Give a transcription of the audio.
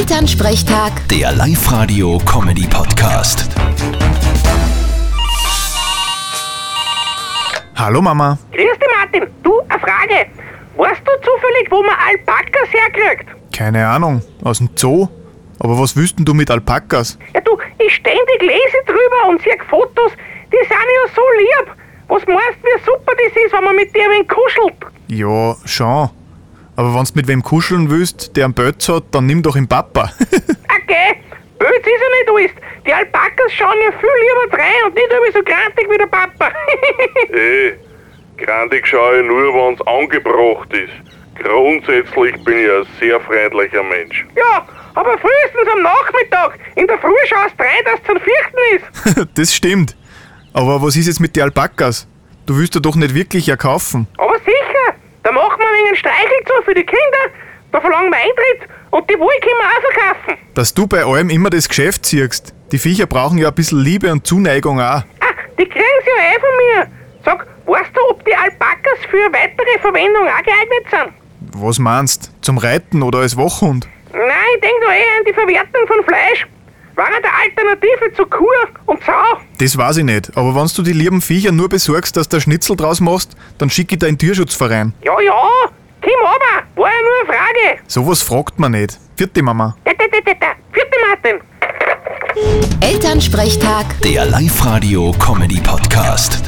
Elternsprechtag, Der Live-Radio-Comedy-Podcast. Hallo Mama. Grüß dich, Martin. Du, eine Frage. Weißt du zufällig, wo man Alpakas herkriegt? Keine Ahnung, aus dem Zoo? Aber was willst denn du mit Alpakas? Ja, du, ich ständig lese drüber und sehe Fotos. Die sind ja so lieb. Was meinst du, wie super das ist, wenn man mit dir ein wenig kuschelt? Ja, schon. Aber wenn's mit wem kuscheln willst, der einen Bötz hat, dann nimm doch den Papa. Okay, blöd ist er nicht, du ist. Die Alpakas schauen ja viel lieber drein und nicht irgendwie so grantig wie der Papa. Eh, grandig schaue ich nur, wenn's angebracht ist. Grundsätzlich bin ich ein sehr freundlicher Mensch. ja, aber frühestens am Nachmittag. In der Früh schaust du rein, dass es zum Fürchten ist. das stimmt. Aber was ist jetzt mit den Alpakas? Du willst ja doch nicht wirklich erkaufen. Aber sicher, da machen wir wegen Streichel zu für die Kinder. Da verlangen wir Eintritt und die Wohl können wir auch verkaufen. Dass du bei allem immer das Geschäft ziehst. Die Viecher brauchen ja ein bisschen Liebe und Zuneigung auch. Ah, die kriegen's ja eh von mir. Sag, weißt du, ob die Alpakas für weitere Verwendung auch geeignet sind? Was meinst? Zum Reiten oder als Wachhund? Nein, ich denk da eher an die Verwertung von Fleisch. War eine der Alternative zu Kur und Sau. Das weiß ich nicht. Aber wenn du die lieben Viecher nur besorgst, dass du ein Schnitzel draus machst, dann schick ich dir einen Tierschutzverein. Ja, ja, komm aber, war ja nur eine Frage. Sowas fragt man nicht. Vierte Mama. Da, da, da, da, da. Vierte Martin. Elternsprechtag. Der Live-Radio-Comedy-Podcast.